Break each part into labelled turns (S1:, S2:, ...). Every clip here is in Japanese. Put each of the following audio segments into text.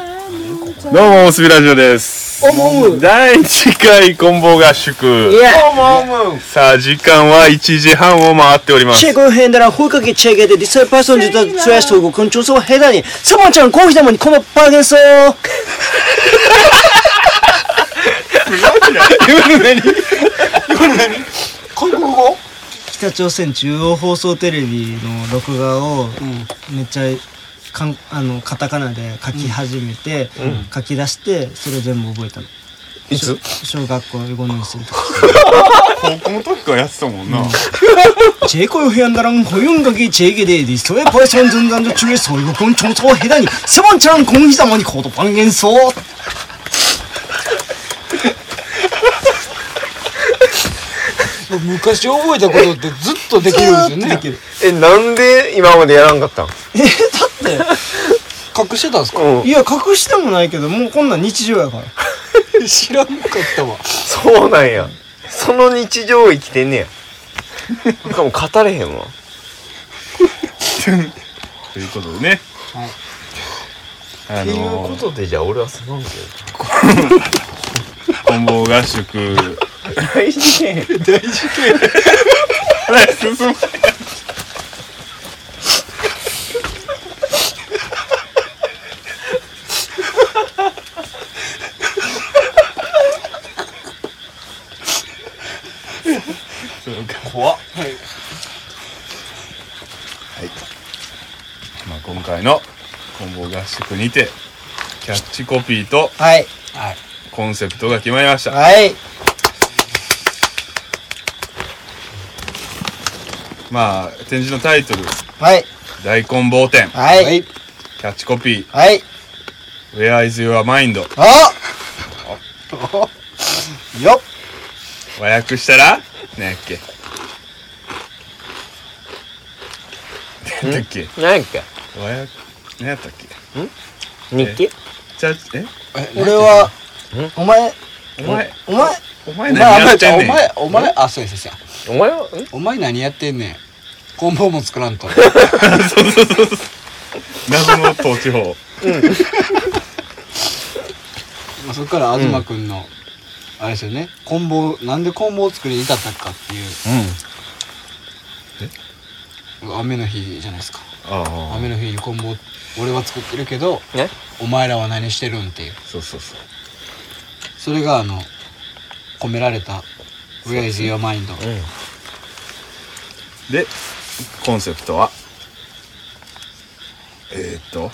S1: どうも、おすびラジオです。
S2: おもむ
S1: 第1回、こん合合宿。さあ、時間は1時半を回っております。
S2: 최고 핸드라 홀까지 체게 돼 디셀 파손 주다 트래스 돌고 근 조서 해다니 스마트한 고시다면 고마 빠겠어
S1: 夜目に
S3: 韓国語
S4: 北朝鮮中央放送テレビの録画をめっちゃかんあのカタカナで書き始めて、書き出してそれ全部覚えたの
S1: いつ
S4: 小学校5年生とか
S1: 高校の時からやってたもんな。
S4: 「제거요해한다랑고용각이제게돼디스웨퍼에선전단조중에소유권청소해다니세번째랑공시다머니고도방겐소
S3: 昔覚えたことってずっとできるんですよね
S5: えなんで今までやらんかったん
S3: 隠してたんですか、
S4: いや隠してもないけどもうこんなん日常やから
S3: 知らんかったわ
S5: そうなんやその日常を生きてんねやなんかもう語れへんわ
S1: ということでね。あ
S5: っていうこ
S1: の、
S5: とでじゃあ俺はすまんけ
S1: こん合合宿。
S5: ど大事件
S1: 怖っ。はい。まあ、今回の、こん合合宿にて、キャッチコピーと
S4: はい
S1: コンセプトが決まりました。
S4: はい
S1: まあ、展示のタイトル、
S4: はい
S1: 大根棒展、
S4: はい
S3: はい
S1: キャッチコピー、
S4: はい
S1: Where is your mind?
S4: あ
S1: 和訳したら何やっけ何やったっけ
S5: 何やっけ
S1: 和訳何やったっけ
S5: 日記
S1: じゃえ
S4: 俺はお前
S1: お前
S4: お前
S1: お前何やってんねん
S3: お前お前あそうやそうや
S5: お前はん
S3: お前何やってんねんコンボも作ら んと
S1: 謎の統治法
S3: まあそっから東くんの、あれですよねコンボなんでコンボを作りに至ったかっていう、雨の日じゃないですか
S1: ああ
S3: 雨の日にコンボ俺は作ってるけど
S5: ね
S3: お前らは何してるんっていう
S1: そうそうそう
S3: それがあの込められた「Where is your mind?」
S1: でコンセプトはえー、っと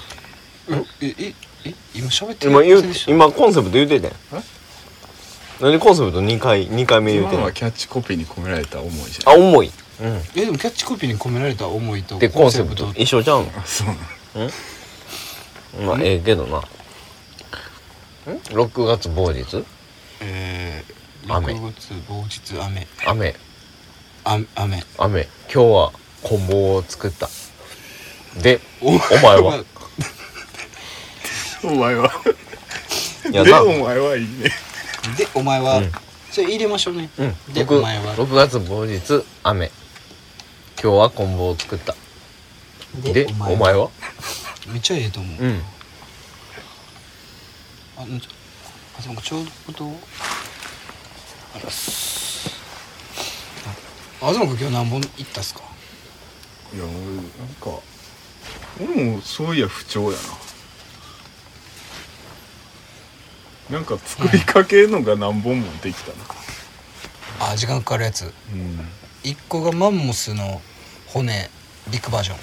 S3: えええ今喋ってる
S5: 今言う今コンセプト言うてたやんなんでコンセプト2回二回目言う
S1: 今
S5: てん
S1: の
S5: の
S1: はキャッチコピーに込められた思いじゃ
S5: あ重いうん
S3: えでもキャッチコピーに込められた思いと
S5: でコンセプト一緒じゃん
S1: んあそうなの
S5: まあええけどな6月某日
S3: えー、
S5: 雨
S3: 6月某日雨
S5: 雨
S3: あ雨
S5: 雨今日はこん棒を作ったでお前は
S1: お前はい
S5: や
S1: で
S5: な
S1: お前はいいね
S3: でお前は、
S5: うん
S3: それ入れましょうね、
S5: うん、
S3: で
S5: 僕
S3: お前は
S5: 6月某日雨今日はこん棒を作ったでお前は
S3: めっちゃええと思う、
S5: うん
S3: あなんちゃあそうかちょうどあらすあ東君今日何本いったっすか
S1: いや俺なんか俺もそういや不調やななんか作りかけのが何本もできたな、
S3: あ時間かかるやつ
S1: うん
S3: 1個がマンモスの骨ビッグバージョン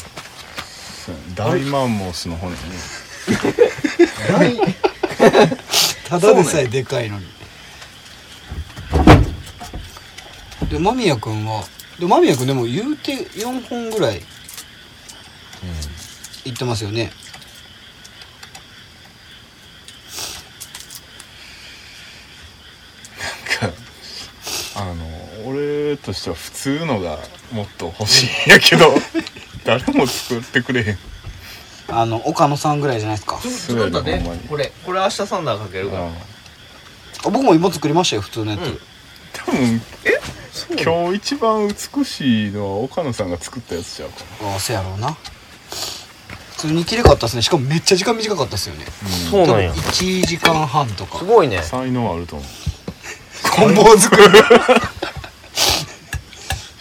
S1: そうやね大マンモスの骨ね
S3: ただでさえでかいのにで間宮君はで間宮君でも言うて4本ぐらい行ってますよね、
S1: なんかあの俺としては普通のがもっと欲しいんやけど 誰も作ってくれへん
S3: あの岡野さんぐらいじゃないですか
S1: そうやな、ほんまに
S5: これこれ明日サンダーかける
S1: ああ
S3: あ僕も芋作りましたよ普通のやつ、
S1: 多分え今日一番美しいのは岡野さんが作ったやつちゃうかな
S3: ああせやろうな普通に綺麗かったですねしかもめっちゃ時間短かったですよね
S5: そうなんや
S3: 1時間半とか
S5: すごいね
S1: 才能あると思う
S3: コンボ作る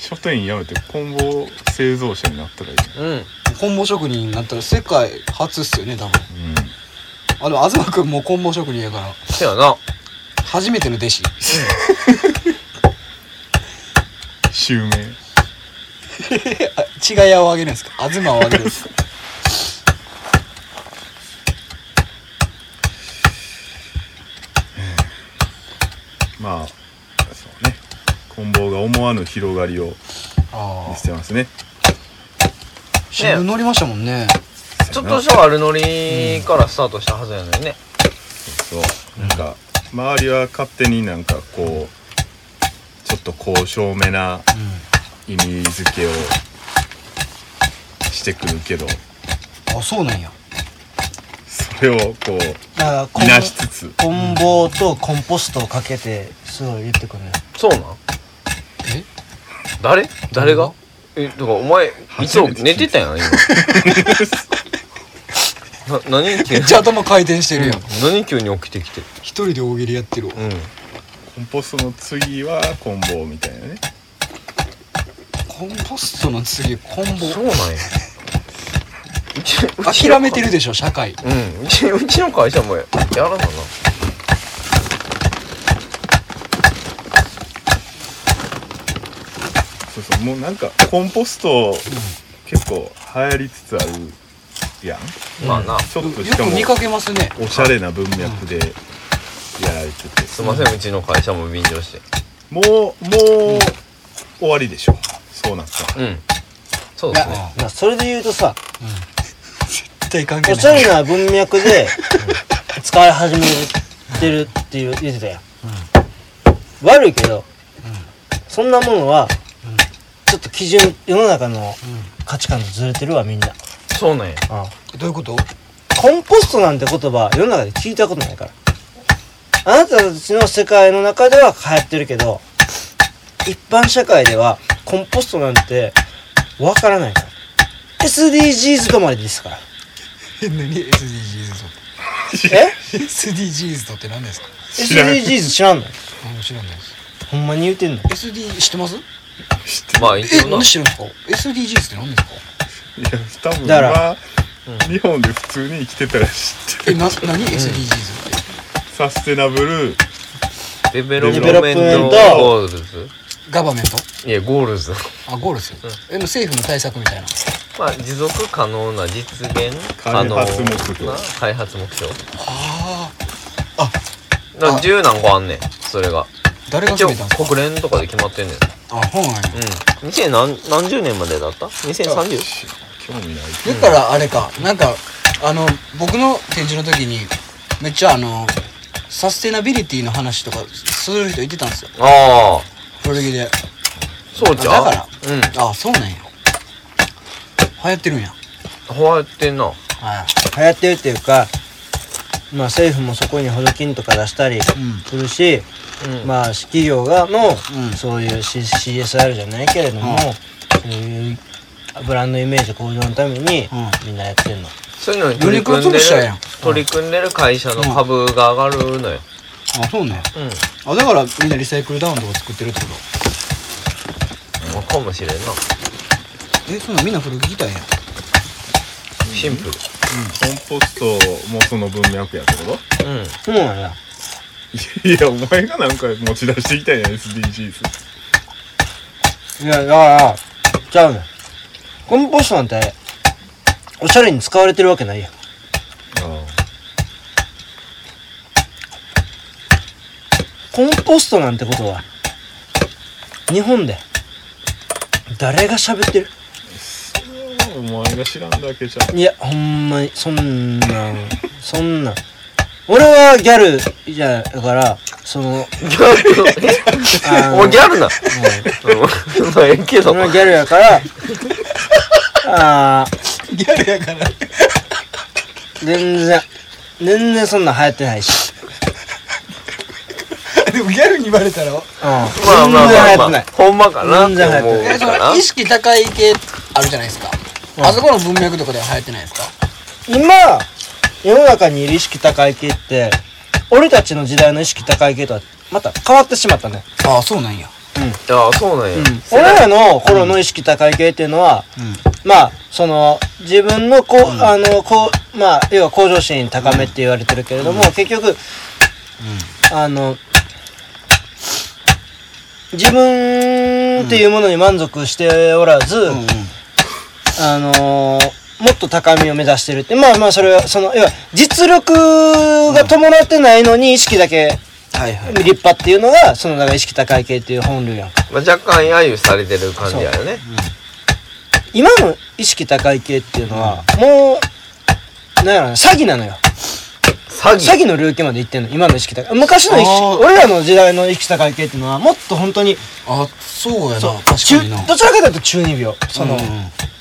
S1: 書店員辞めて今後製造者になったらいいじ
S5: うん
S3: コンボ職人になったら世界初っすよね多分
S1: ゃん、うん、
S3: あでも東君もコンボ職人やから
S5: せやな
S3: 初めての弟子
S1: 襲名
S3: 違いをあげるんです か東をあげるんですか
S1: まあそうね棍棒が思わぬ広がりを
S3: あ
S1: 見せてますね
S3: あ新聞乗りましたもんね
S5: ちょっとした悪ノリからスタートしたはずやのにね
S1: そうなんか周りは勝手になんかこうちょっと高尚めな意味付けをしてくるけど
S3: あそうなんや
S1: それをこう
S4: だから
S1: いなしつ つ
S4: コンボとコンポストをかけてすごい言ってくるね
S5: そうなん
S3: え
S5: 誰誰がえだからお前いつも
S1: 初めて聞いた
S5: 寝てたやん今な何急
S3: め
S5: に
S3: っちゃ頭回転してるやん
S5: 何急に起きてきて
S3: 一人で大喜利やってるわ
S5: うん
S1: コンポストの次は棍棒みたいなね
S3: コンポストの次コン
S5: そう
S3: ボ
S5: なんやうちうちの
S3: 諦めてるでしょ社会
S5: うんうち うちの会社もやらなな
S1: そうそうもうなんかコンポスト結構流行りつつあるやん
S5: まあな
S1: ちょっとしか
S3: よく
S1: も
S3: 見かけますね
S1: おしゃれな文脈でやられてて
S5: すいませんうちの会社も便乗して
S1: もうもう終わりでしょそうなったら
S5: うんそう
S3: い
S5: で
S3: や
S5: すね
S2: まあそれで言うとさ
S3: 絶対関係
S2: おしゃ
S3: ない
S2: れな文脈で使い始めてるっていう言ってたやん、悪いけど、そんなものは、ちょっと基準世の中の価値観とずれてるわみんな、
S5: そうなんや
S2: うん
S3: どういうこと
S2: コンポストなんて言葉世の中で聞いたことないからあなたたちの世界の中では流行ってるけど一般社会ではコンポストなんてわからないから SDGs 止まりです から
S3: え何 SDGs と
S2: え
S3: SDGs とって何ですか
S2: SDGs 知らんの
S3: あ知らないです
S2: ほんまに言うてんの
S3: SD 知ってます
S5: まあ一
S3: え
S5: 応な
S3: 何知ってるんですか SDGs って何ですか
S1: いや多分
S2: だか
S1: 今日本で普通に生きてたら知ってる
S3: えな何 SDGs って
S1: サステナブル
S5: デベロップメントゴールズ
S3: ガバメント
S5: いやゴールズ
S3: あゴールですよ、えの政府の対策みたいな
S5: まあ持続可能な実現可能
S1: 開発目標
S5: な開発目標
S3: ああ
S5: だから
S3: あ
S5: 10何個あんねんそれが
S3: 誰が
S5: 一
S3: 決
S5: 応
S3: めたんですか
S5: 国連とかで決まってんねん
S3: あ本来
S5: うん2000何何十年までだった ?2030?
S1: 興味ない
S3: だからあれかなんかあの僕の展示の時にめっちゃあのサステナビリティの話とかする人いてたんですよ
S5: ああ
S3: 古着で
S5: そうじゃ
S3: あ
S5: ん
S3: だから
S5: うん
S3: あそうなんや流行ってるんや
S5: こうやってんな
S3: はい
S2: 流行ってるっていうかまあ政府もそこに補助金とか出したりするし、
S5: うん
S2: まあ企業がの、
S3: うん
S2: そういう、C、CSR じゃないけれども、そういうブランドイメージ向上のために
S3: う
S2: みんなやってんの、
S5: そういうのに取り組んで
S3: ユニクロ潰
S5: る
S3: したやん
S5: 取り組んでる会社の株が上がるのよ
S3: あそうね
S5: うん
S3: あだからみんなリサイクルダウンとか作ってるってこ
S5: まあかもしれんな
S3: とえそんなんみんな古着着たいやん
S5: シンプル
S1: コンポストもその文脈やってこ
S5: うん
S2: そうなんや
S1: といやお前がなんか持ち出してきたんや SDGs
S2: いやだからちゃうねんコンポストなんておしゃれに使われてるわけないやん
S1: あ
S2: コンポストなんてことは日本で誰が喋ってる
S1: あお前が知らんだけじゃん
S2: いや、ほんまに、そんなん、そんなん。俺はギャルじゃ、だから、その、
S5: ギャルもうギャルなうんまあええけど
S2: 俺はギャルやから、 あー、
S3: ギャルやから
S2: 全然、全然そんなん流行ってないし。
S3: でもギャルに言われたら
S2: うん。
S5: まあまあま
S2: 全然流
S5: あ
S2: 行って
S5: ま
S2: な
S5: あ
S2: い。
S5: ほんまかなって思う
S3: えそ
S5: から
S3: の意識高い系あるじゃないですか、あそこの文脈とかでは流行ってないですか
S2: 今世の中にいる意識高い系って俺たちの時代の意識高い系とはまた変わってしまったね
S3: ああそうなんや
S5: ああそうなんや、
S2: 俺らの頃の意識高い系っていうのは、まあその自分のこう、あのこうまあ要は向上心高めって言われてるけれども、結局、あの自分っていうものに満足しておらず、
S3: うんうん
S2: あのーもっと高みを目指してるってまあまあそれはその要は実力が伴ってないのに意識だけ
S3: はいはい
S2: 立派っていうのがそのだから意識高い系っていう本流やんか
S5: まあ、若干揶揄されてる感じやよね
S2: 今の意識高い系っていうのはもうなんやろな詐欺なのよ
S5: 詐欺
S2: 詐欺の領域まで行ってんの今の意識高い昔の意識
S3: あー
S2: 俺らの時代の意識高い系っていうのはもっと本当に
S3: あそうやな
S2: そう
S3: 確か
S2: 中
S3: にな
S2: どちらかというと中二病その、
S3: うんうん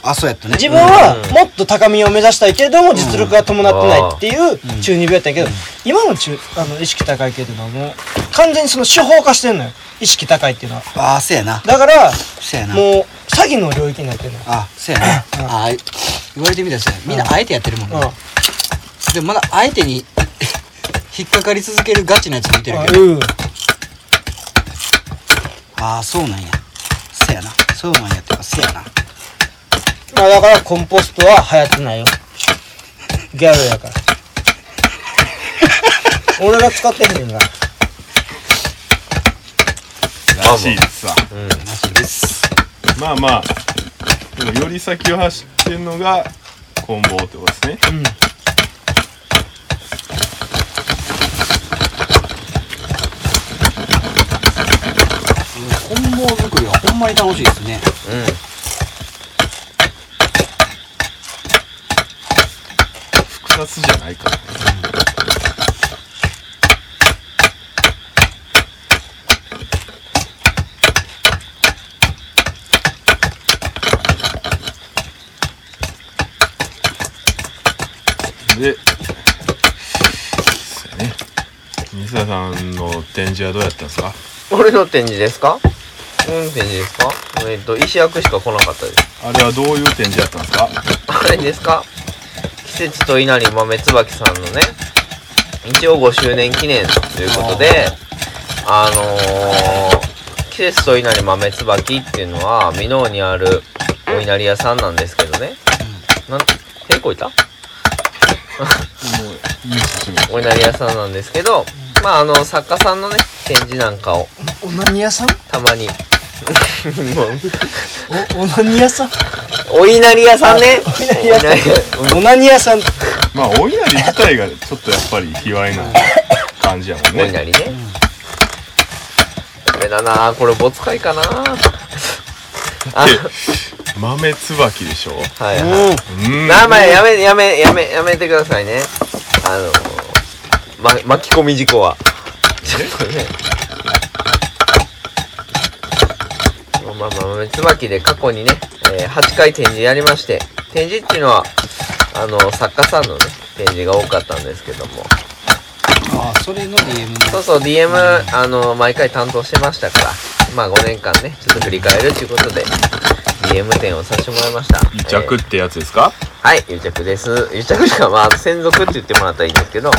S3: あそうやったね
S2: 自分はもっと高みを目指したいけれども実力が伴ってないっていう中二病やったんやけど今の中あの意識高い系っていうのはもう完全にその手法化してんのよ意識高いっていうのは
S3: ああそうやな
S2: だから
S3: そうやな
S2: もう詐欺の領域になってるのよ
S3: あそうやなああ言われてみたらそうやみんなあえてやってるもんね
S2: う
S3: でもまだあえてに 引っかかり続けるガチなやつ見てるけど
S2: んうん
S3: ああそうなんやそうやなそうなんやってかそうやな
S2: まあだからコンポストは流行ってないよギャルやから俺が使ってんねんな
S1: らしいですわ
S3: マジです
S1: まあまあでもより先を走ってるのが棍棒ってことですね
S3: 本棒作りはほんまに楽しいですね
S1: 複雑じゃないからでそうやね西田さんの展示はどうやったんですか
S5: 俺の展示ですか俺の展示ですかえっ、と石役しか来なかったです
S1: あれはどういう展示やったんですか
S5: あれですか季節と稲荷豆椿さんのね一応5周年記念ということであのー、季節と稲荷豆椿っていうのは箕面にあるお稲荷屋さんなんですけどね、なんへこいた
S1: もういい質問
S5: お稲荷屋さんなんですけどまああの作家さんのね展示なんかを
S2: オナニ屋さん
S5: たまにも
S2: おオナニ屋さ
S5: う
S2: ん
S5: お稲荷屋さんね
S2: お稲荷屋さ
S5: お稲荷屋
S2: んオナニ屋さん
S1: まあお稲荷自体がちょっとやっぱり卑猥な感じやもん
S5: お稲
S1: ね
S5: 荷ね。ダメだなこれボツ回かなあ、はい
S1: 豆椿でしょ
S5: は
S1: うん
S5: い。名前やめ、やめ、やめ、やめてくださいね。あのま、巻き込み事故は。ちょっとね。まあまあ、豆椿で過去にね、えー8回展示やりまして、展示っていうのは、あの、作家さんのね、展示が多かったんですけども、
S3: ああそれの DM
S5: そ
S3: の
S5: うそう、DM、あの、毎回担当してましたから、まあ5年間ね、ちょっと振り返るということで、DM 店をさせてもらいました。
S1: 癒着
S5: え
S1: ってやつですか
S5: ーはい、癒着です。癒着しか、まあ、専属って言ってもらったらいいんですけど、
S1: よ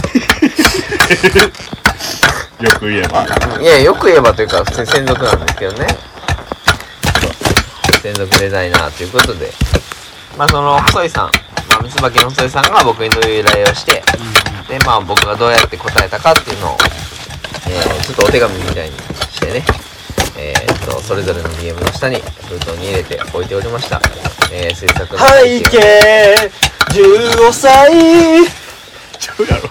S1: く言えば
S5: いや、よく言えばというか、普通に専属なんですけどね。専属デザイナーということで、まあその、細井さん、まあ、ミツバキの細井さんが僕にどういう依頼をして、で、まあ僕がどうやって答えたかっていうのを、えーちょっとお手紙みたいにしてね、えー、と、それぞれの DM の下に封筒に入れて置いておりました。えー、制作の
S2: 背景15歳
S1: ちゃうやろ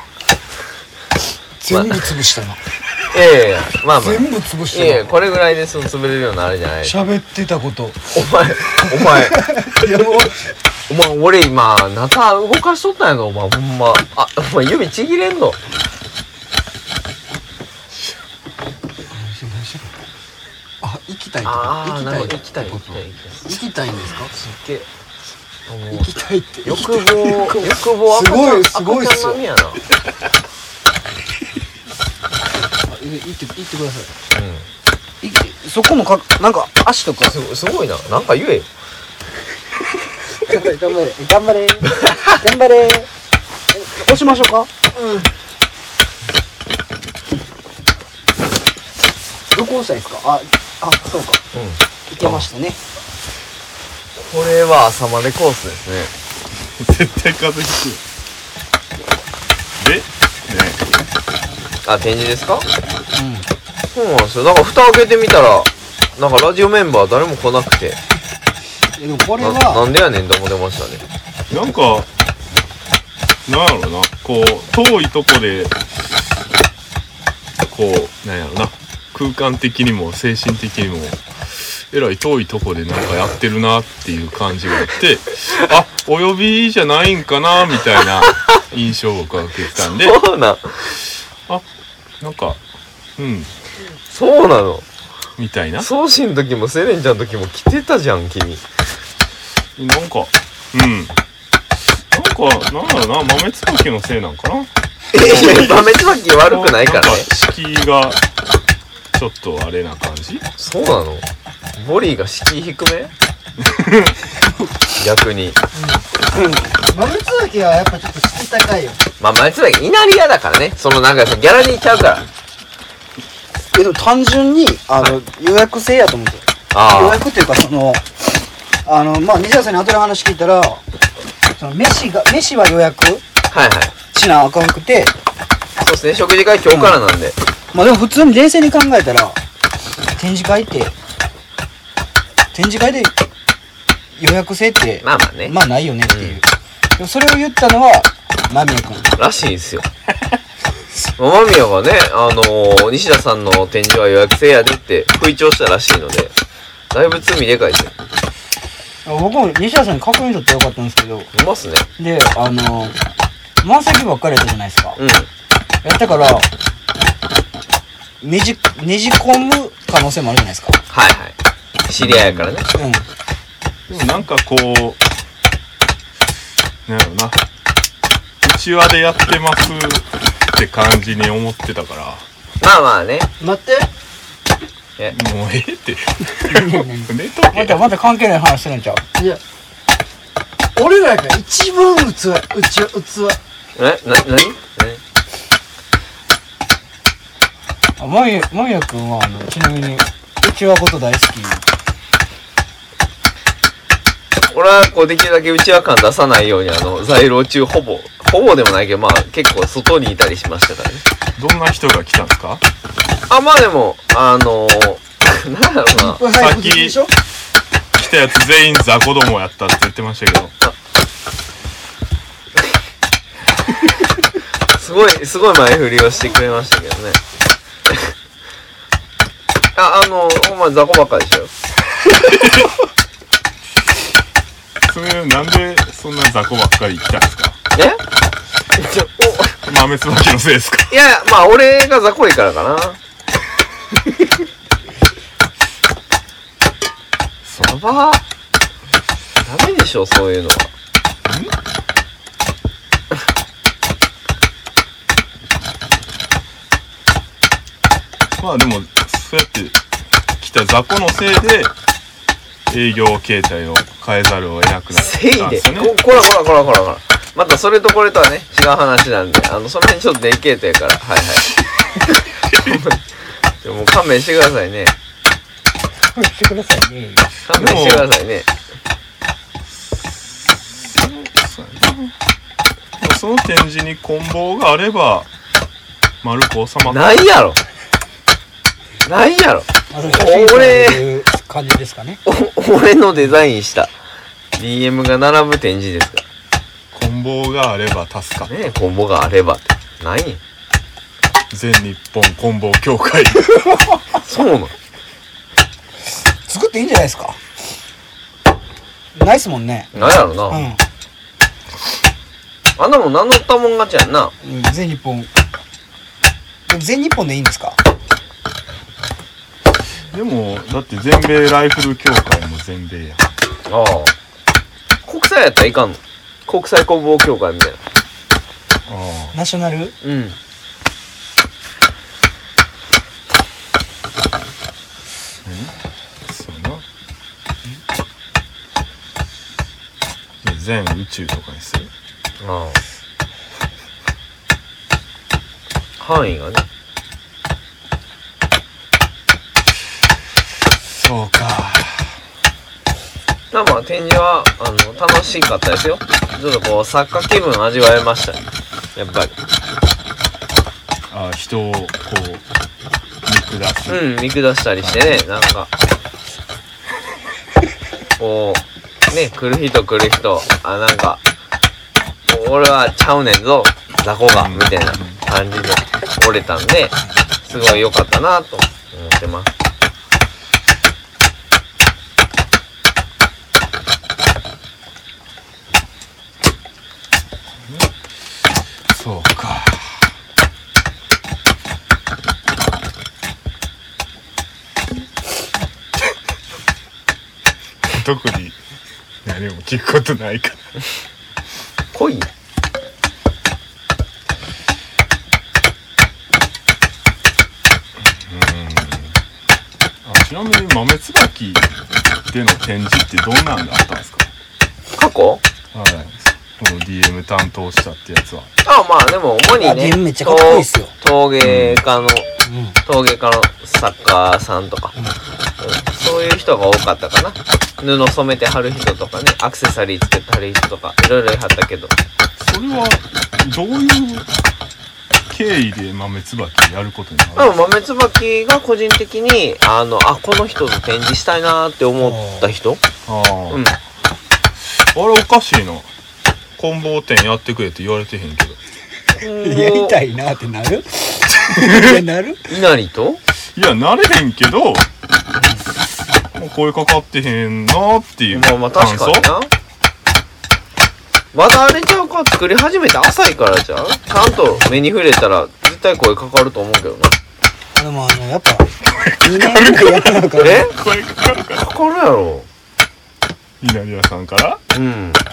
S3: 全部潰したな
S5: ええまあまあ。
S3: 全部潰し
S5: いやい
S3: た
S5: や
S3: な
S5: これぐらいでその潰れるようなあれじゃない
S3: 喋ってたこと
S5: お前、お前、お前、俺今、ナタ動かしとったんやぞ、お前、ほんま。あ、お前指ちぎれんの。
S3: あ行きたいってこと
S5: あ
S3: 行
S5: あ、
S3: き
S5: な
S3: た
S5: る
S3: い
S5: ほど、
S3: っ
S5: 行
S3: て
S5: きたい、
S3: こ
S5: 行
S3: と
S5: きたい、行きたい。
S3: 行きたいんですか
S5: すっげえ。も
S3: 行きたいって
S5: う欲望、欲望、
S3: すごい
S5: 赤ちゃん
S3: すごいっ
S5: 赤ち
S3: す
S5: ゃん
S3: よ
S5: 並みやな。
S3: あい行って行ってくださ
S5: う
S3: い行ってそこのかなんか足とか
S5: ん。すごすごいな。なんか言えよ。
S2: 頑張れ頑張れ頑張れ頑張れ
S3: 押しましょうかうんどこ押したらいいですかああそうかいけましたね
S5: これは朝までコースですね
S1: 絶対風邪ひくよでね
S5: あ展示ですかうんそうなんですよなんか蓋開けてみたらなんかラジオメンバー誰も来なくて
S3: えでもこれ
S5: な
S3: は
S5: なんでやねんと思ってましたね
S1: なんか、なんやろな、こう、遠いとこで、こう、なんやろな、空間的にも精神的にも、えらい遠いとこでなんかやってるなっていう感じがあ って、あ、お呼びじゃないんかな、みたいな印象を僕は受けてたんで、
S5: そうなん
S1: なんか、うん、
S5: そうなの
S1: みたいな。
S5: 宗師の時もセレンちゃんの時も来てたじゃん君
S1: なんか、うん。なんか、なんだろうな、豆つばきのせいなんかな。
S5: 豆つばき悪くないからね
S1: ん敷居がちょっとあれな感じ
S5: そうなのボリーが敷居 低め逆に
S4: 豆続きはやっぱちょっと敷居高いよ
S5: まあ豆つばき稲荷屋だからねそのなんかそのギャラリーちゃうから
S3: えでも単純にあの予約制やと思って予
S5: あ
S3: 約っていうかそのあのまあ西田さんに後で話聞いたらその飯が飯は予約
S5: あはいはい
S3: しなあかんくて
S5: そうですね食事会今日からなんで、
S3: まあでも普通に冷静に考えたら展示会って展示会で予約制って
S5: まあまあね
S3: まあないよねっていう、でもそれを言ったのは間宮君
S5: らしいです よまあ間宮がねあのー西田さんの展示は予約制やでって吹聴したらしいのでだいぶ罪でかいですよ
S3: 僕も西田さんに確認取ってよかったんですけど
S5: うますね
S3: であの満席ばっかりやったじゃないですか、
S5: うん
S3: やったからねじねじ込む可能性もあるじゃないですか
S5: はいはい知り合いやからね
S3: うん
S1: でもなんかこうなんやろなうちわでやってますって感じに思ってたか
S5: まあまあね
S2: 待って
S1: らもうええって寝と
S3: ま
S1: け
S3: たまた関係ない話するんちゃう
S4: いや俺らが一番器うちは器
S5: えなな何
S3: あまみまみやくんはあのちなみにうちわこと大好き
S5: 俺はこうできるだけ内輪感出さないようにあの在廊中ほぼほぼでもないけどまあ結構外にいたりしましたからね
S1: どんな人が来たんですか
S5: あまあでもあの ー、なんだろうな
S4: これ
S1: さ
S4: 早
S1: っ
S4: く
S1: き
S4: でしょ
S1: 来たやつ全員雑魚どもやったって言ってましたけど
S5: すごいすごい前振りをしてくれましたけどね ああのほんま雑魚ばっかでしたよ
S1: それなんでそんな雑魚ばっかり来たんですか
S5: えちょ
S1: 豆つばきのせいですか
S5: おいやまあ俺が雑魚いからかな やばダメでしょそういうのは
S1: まあでもそうやって来た雑魚のせいで営業形態を変えざるを得なくなっ
S5: せい
S1: たんで
S5: です
S1: よね
S5: ここらこらこらこらこらまたそれとこれとはね違う話なんであのその辺ちょっとデリケートやからはいはい でももう勘弁してくださいね
S3: してくださいね
S5: 勘弁してくださいね
S1: そうやなでもその展示に棍棒があれば丸く収まった
S5: ないやろないやろ
S3: あと
S5: 俺
S3: いう感じですかね
S5: お俺のデザインした DM が並ぶ展示ですか
S1: 棍棒があれば助かっ
S5: らねコンボがあればってないね
S1: た全日本棍棒協 会
S5: そうなの
S3: 作っていいんじゃないですかないっすもんね
S5: なんやろな、
S3: う、
S5: あんなもん名乗ったもん勝ちやんなん
S3: うん、全日本でも全日本でいいんですか
S1: でもだって全米ライフル協会も全米やん
S5: ああ国際やったらいかんの国際コンボ協会みたいな
S1: あ
S3: ナショナル
S5: うん
S1: あそうやな全宇宙とかにする
S5: ああ範囲がね
S1: そうか
S5: まあまあ展示はあの楽しかったですよちょっとこう作家気分味わえましたねやっぱり
S1: あ人をこう見下す、
S5: うん見下したりしてねなんかこうね来る人来る人あなんか俺はちゃうねんぞ雑魚がみたいな感じで折れたんですごい良かったなと思ってます
S1: そうか 特に何も聞くことないから
S5: 濃い
S1: あちなみに豆椿での展示ってどんなんだったんですか
S5: 過去
S1: はいこの DM 担当したってやつは
S5: あまあでも主に
S6: あで
S5: ね
S6: もめっちゃかっこいいっすよ
S5: 陶陶芸家の、陶芸家の作家さんとか、うんそういう人が多かったかな布染めて貼る人とかねアクセサリー作って貼る人とかいろいろ貼ったけど
S1: それはどういう経緯で豆椿やることになるんです
S5: で
S1: か
S5: も豆椿が個人的にあのあこの人と展示したいなーって思った人
S1: ああ、
S5: うん
S1: あれおかしいな棍棒店やってくれって言われてへんけど
S2: やりたいなってな るいやなる
S5: 稲荷と
S1: いや慣れへんけどもう声かかってへんなっていう
S5: まあ
S1: 感想、
S5: まあ確かになまだあれちゃうか作り始めて浅いからじゃうちゃんと目に触れたら絶対声かかると思うけどな
S6: でもあのやっぱ
S2: 2年ぐらいやらなあかん
S5: え
S1: 声かかるから
S5: かかるやろ
S1: 稲荷屋さんから
S5: うんなか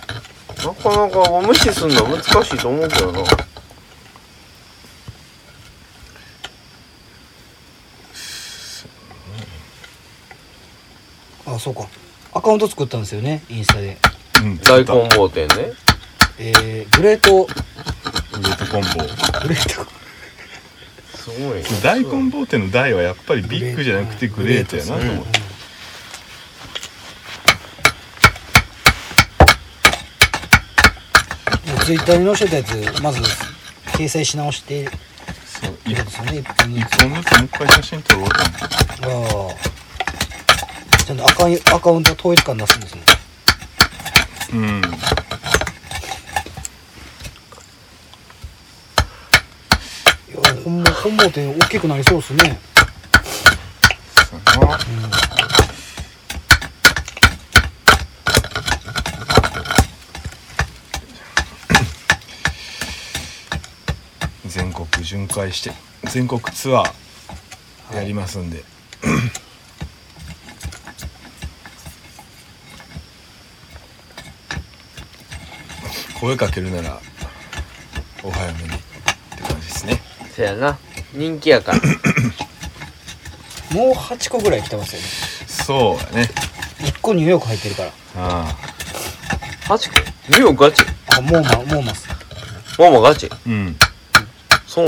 S5: なか無視すんのは難しいと思うけどな
S2: あそうかアカウント作ったんですよねインスタで
S1: うん
S5: 大根棒店ね
S2: えー、グレー
S1: ウ
S2: ト
S1: エットコンボ
S2: グレート
S5: すごい
S1: 大根棒店の大はやっぱりビッグじゃなくてグレートやなと思って
S2: ツイッターに載せてたやつまず掲載し直して
S1: そう
S2: い
S1: 一
S2: るんですよね一本ずつ
S1: 一本ずつもう一回写真撮ろうと思って
S2: ああちゃんとアカウンアカウントは統一感出すんですね
S1: うん
S2: いや本望本望店大きくなりそうですね
S1: そうやな全国巡回して全国ツアーやりますんで、 声かけるならお早めにって感じですね
S5: せやな人気やから
S2: もう8個ぐらい来てますよね
S1: そうだね
S2: 1個ニューヨーク入ってるか
S1: あ
S2: ら
S1: あ
S5: マジかニューヨークガチ
S2: あもうまもうます
S5: ママガチ
S1: うん
S5: そう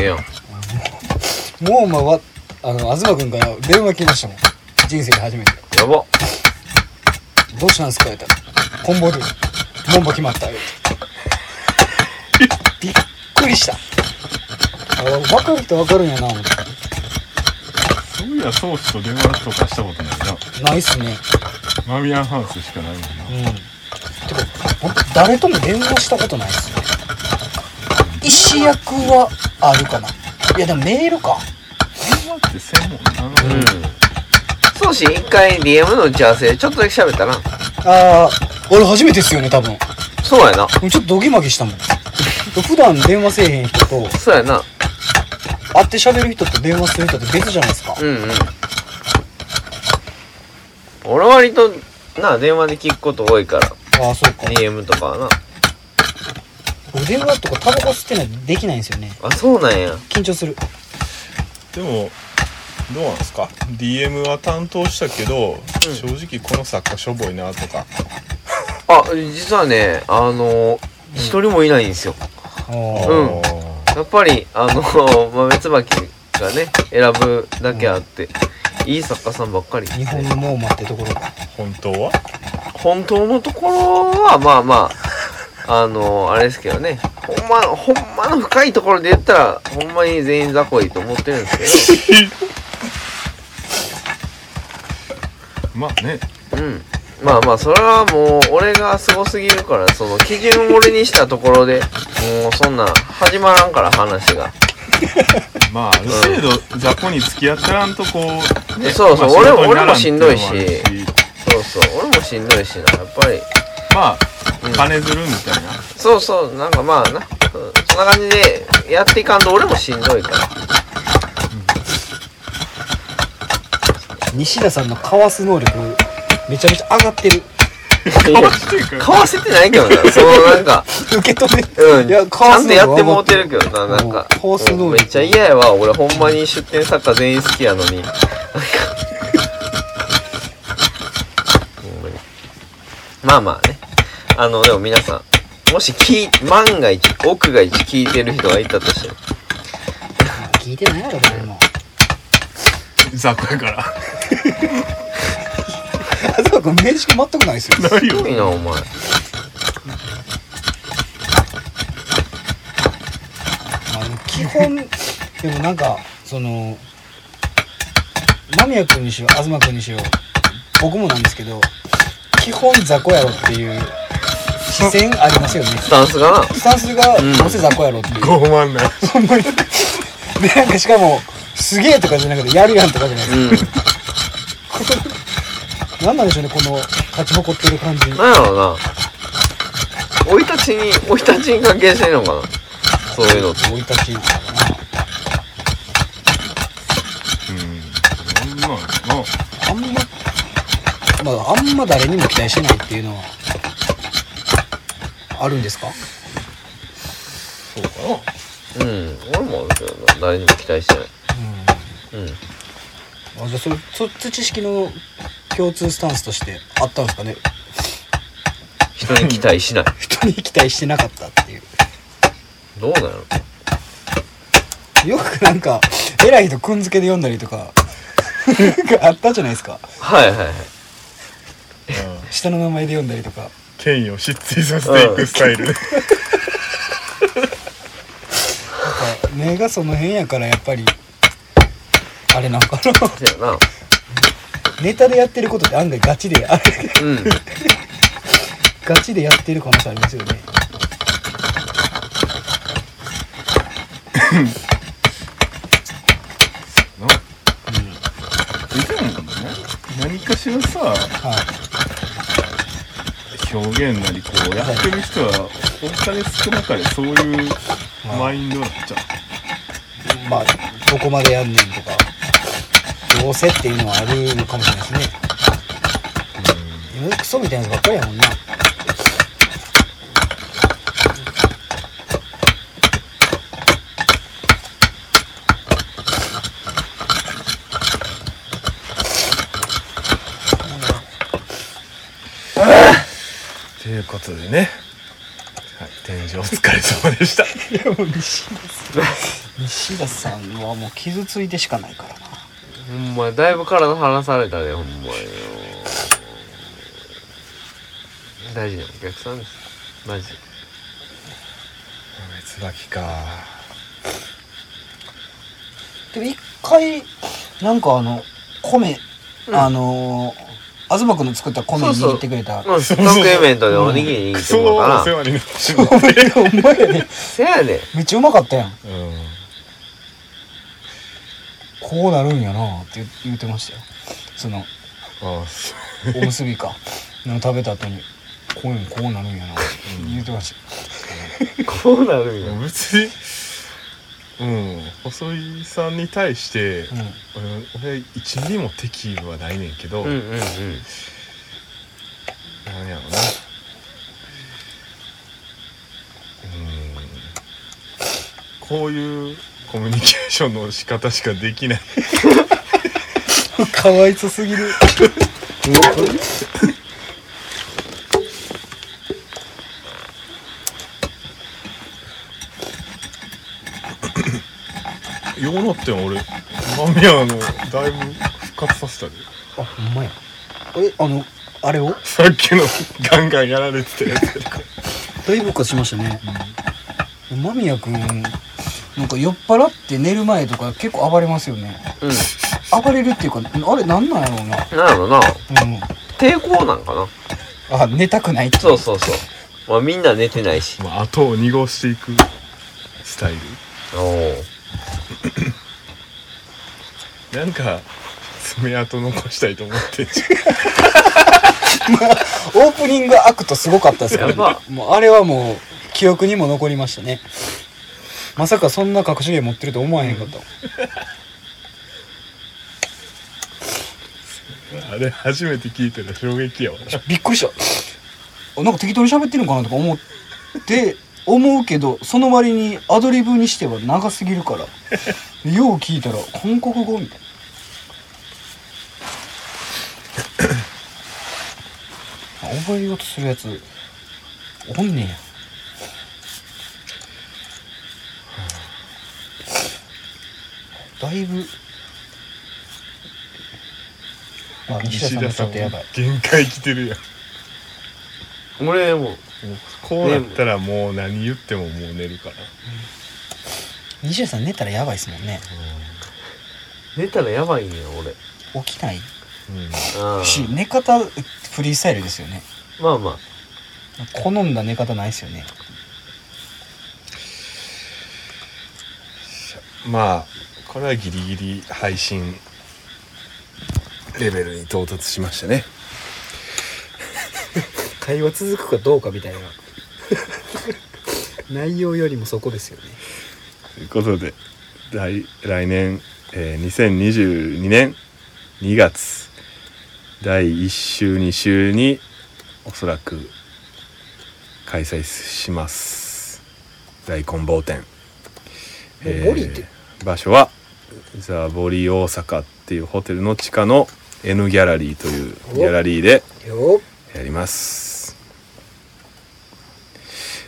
S5: ええやん
S2: もうまはあの東君から電話来ましたもん人生で初めて
S5: やば
S2: どうしたんですか言ったら「コンボでモンボ決まった」言うてびっくりしたあ分かる人分かるんやな思って
S1: そういや宗師と電話とかしたことないな
S2: ないっすね
S1: マミヤンハウスしかないもんな
S2: うんてか僕誰とも電話したことないっすね石役はあるかないやでもメールか
S1: 電話って専門な、
S5: そうし一回 DM の打ち合わせでちょっとだけ喋ったな
S2: ああ俺初めてっすよね多分
S5: そうやな
S2: ちょっとドギマギしたもん普段電話せえへん人と
S5: そうやな
S2: 会って喋る人と電話する人って別じゃないですか
S5: うんうん俺割とな電話で聞くこと多いから
S2: ああそうか
S5: DM とかはな
S2: 僕電話とかタバコ吸ってないとできないんですよね
S5: あそうなんや
S2: 緊張する
S1: でもどうなんですか DM は担当したけど、正直この作家しょぼいなとか
S5: あ実はねあの一人もいないんですよ、うんやっぱりあの 豆椿がね選ぶだけあって、いい作家さんばっかりです
S2: 日本
S5: ね
S2: のモーマってところが
S1: 本当は
S5: 本当のところはまあまああ のあれですけどねほんまほんまの深いところで言ったらほんまに全員雑魚いいと思ってるんです
S1: まあね
S5: けどうんまあまあそれはもう俺がすごすぎるからその基準を俺にしたところでもうそんなん始まらんから話が。
S1: まあある程度雑魚に付き合ってらんとこう、ね、
S5: そうそう
S1: まあ
S5: 俺も
S1: 仕事にならってうん
S5: 俺もし
S1: の
S5: どい
S1: あ
S5: し
S1: る
S5: そうそう俺もしんどいしなやっぱり
S1: まあ
S5: うん
S1: 金づるみたいな、
S5: そうそうなんかまあなうんそんな感じでやっていかんと俺もしんどいから
S2: 西田さんのかわす能力めちゃめちゃ上がってる
S1: かわしていく
S5: 買わせてないけどなそのなんか
S2: 受け止め
S5: うん
S2: いや
S5: ちゃんとやってもうて
S2: る
S5: るけどななんか
S2: うんコース能力
S5: うんめっちゃ嫌やわ俺ほんまに出店作家全員好きやのになん かほんまにまあまあねあのでも皆さんもし聞い万が一奥が一聞いてる人がいたとして
S2: 聞いてないやろ誰も
S1: 雑魚やから
S2: あそうか面識全くないですよ
S1: ない
S5: すごい
S1: よ
S5: なお前
S2: あの 基本でもなんかその間宮君にしろ東君にしろ僕もなんですけど基本雑魚やろっていう視線ありますよね
S5: スタンスがな
S2: スタンスが
S5: うん
S2: どうせ雑魚やろっていう、
S1: 傲慢な
S2: ほんまに でなんかしかもすげえとかじゃなくてやるやんとかじゃないで
S5: う
S2: す
S5: ん
S2: かなんなんでしょうねこの勝ち誇ってる感じ
S5: なんやろうな生い立ちに生い立ちに関係してんのかなそういうのって
S2: 生い立ち
S1: うんそんなんな
S2: あんままああんま誰にも期待してないっていうのはあるんですか
S1: そうかな
S5: うん俺もあるけどな誰にも期待してないうん
S2: あじゃあそれそっち知識の共通スタンスとしてあったんですかね
S5: 人に期待し ない
S2: 人に期待してなかったっていう
S5: どうなの
S2: よくなんか偉い人くんづけで読んだりと かなんかあったじゃないですか
S5: はいはいはい
S2: 下の名前で読んだりとか
S1: 権威を失墜させていくスタイル、
S2: なんか目がその辺やからやっぱりあれなんかな
S5: そうやな
S2: ネタでやってることって案外ガチであれ
S5: うん
S2: ガチでやってる可能性ありますよね
S1: なでもね何かしらさ
S2: はい
S1: 表現なりこうやってる人はおかれ少なかれそういうマインドなんちゃ
S2: まあどこまでやんねんとかどうせっていうのはあるのかもしれないですね今クソみたいなやつばっかりやもんな
S1: うということでね、はい、天井お疲れ様でした
S2: 西田さんはもう傷ついてしかないからな
S5: ほんまだいぶ体離されたねほんまよ大事なお客さんですマジで
S1: 椿か
S2: でも一回なんかあの米、
S5: うん
S2: あのー東君の作った米
S5: そうそう
S2: 握ってくれた
S5: まあストックイベントでおにぎり
S1: ク
S5: 握って
S1: ソ
S5: もらお
S1: お
S5: うか
S1: 世
S5: な
S1: 話になってしまう
S2: お前ね
S5: せやねん
S2: めっちゃうまかったやん
S1: うん
S2: こうなるんやなって言言ってましたよその
S1: ああそ
S2: おむすび かの食べた後にこういうのこうなるんやなって言ってました、
S5: こうなるん
S1: う
S5: や
S1: 別にうん細井さんに対して、
S2: うん
S1: 俺俺1ミリも敵意はないねんけど、
S5: うんうんうん
S1: なんやろなうーんこういうコミュニケーションの仕方しかできない
S2: かわいそすぎる
S1: ようなってん俺マミヤのだいぶ復活させたで
S3: あほんまやえあのあれを
S1: さっきのガンガンやられてたやつ
S3: だいぶ復活しましたね間宮君なんか酔っ払って寝る前とか結構暴れますよね
S5: う
S3: 暴れるっていうかあれなんなんやろう
S5: ん。な
S3: な、
S5: るほどな。
S3: うん、
S5: 抵抗なんかな。
S3: あ寝たくないって
S5: そうそうそう。まあみんな寝てないし。
S1: まあ後を濁していくスタイ
S5: おお。
S1: ルなんか爪痕残したいと思ってんじ
S3: オープニングアクトすごかったですからね
S5: やば
S3: もうあれはもう記憶にも残りましたねまさかそんな隠し芸持ってると思わへんかった
S1: ゃんあれ初めて聞いたら衝撃やわな
S3: びっくりしたあなんか適当に喋ってるのかなとか思って思うけどその割にアドリブにしては長すぎる からよう聞いたら韓国語み たいなあ覚えようとするやつおんねやだいぶあ西田さんがちょっとやばい
S1: 限界来てるやん
S5: 俺も。
S1: もうこうなったらもう何言ってももう寝るから
S3: 西田さん寝たらやばいですもんね
S5: 寝たらやばいんや俺。
S3: 起きない
S1: うん
S5: うん
S3: し寝方フリースタイルですよね
S5: まあまあ。
S3: 好んだ寝方ないですよね
S1: まあこれはギリギリ配信レベルに到達しましたね
S3: 会話続くかどうかみ たいな内容よりもそこですよね
S1: ということで来来年、えー2022年2月第1週2週におそらく開催します大棍棒展、えー
S3: ボリーって
S1: 場所はザ・ボリ大阪っていうホテルの地下の N ギャラリーというギャラリーで
S3: よ
S1: やります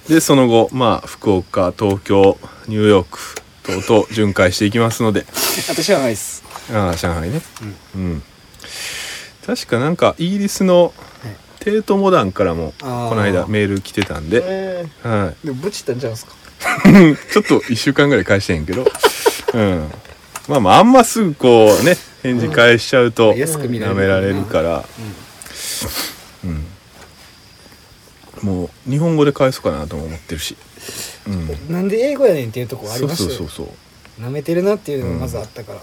S1: でその後まあ福岡東京ニューヨーク等々巡回していきます ので
S3: 私はないです
S1: ああ上海ねうん、確かなんかイギリスの帝都モダンからもこ
S3: あー
S1: の間メール来てたんで、
S3: え
S1: は
S3: ー、でもブチったんちゃうんすか
S1: い、ちょっと1週間ぐらい返してへんけどうんまあまああんますぐこうね返事返しちゃうと
S3: 安く見られ
S1: な
S3: る
S1: められるから、うんもう日本語で返そうかなとも思ってるし、うん、
S3: なんで英語やねんっていうとこあり
S1: そう
S3: ました
S1: そう
S3: よ
S1: そうそう
S3: なめてるなっていうのがまずあったから、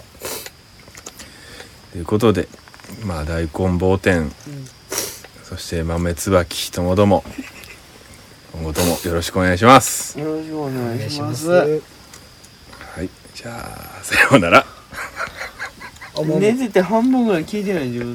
S1: ということでまあ大根棒天、そして豆椿ともども今後ともよろしくお願いします、
S2: よろしくお願いします。
S1: はいじゃあさようなら
S3: 思う
S2: 寝てて半分ぐらい聞いてない自分の。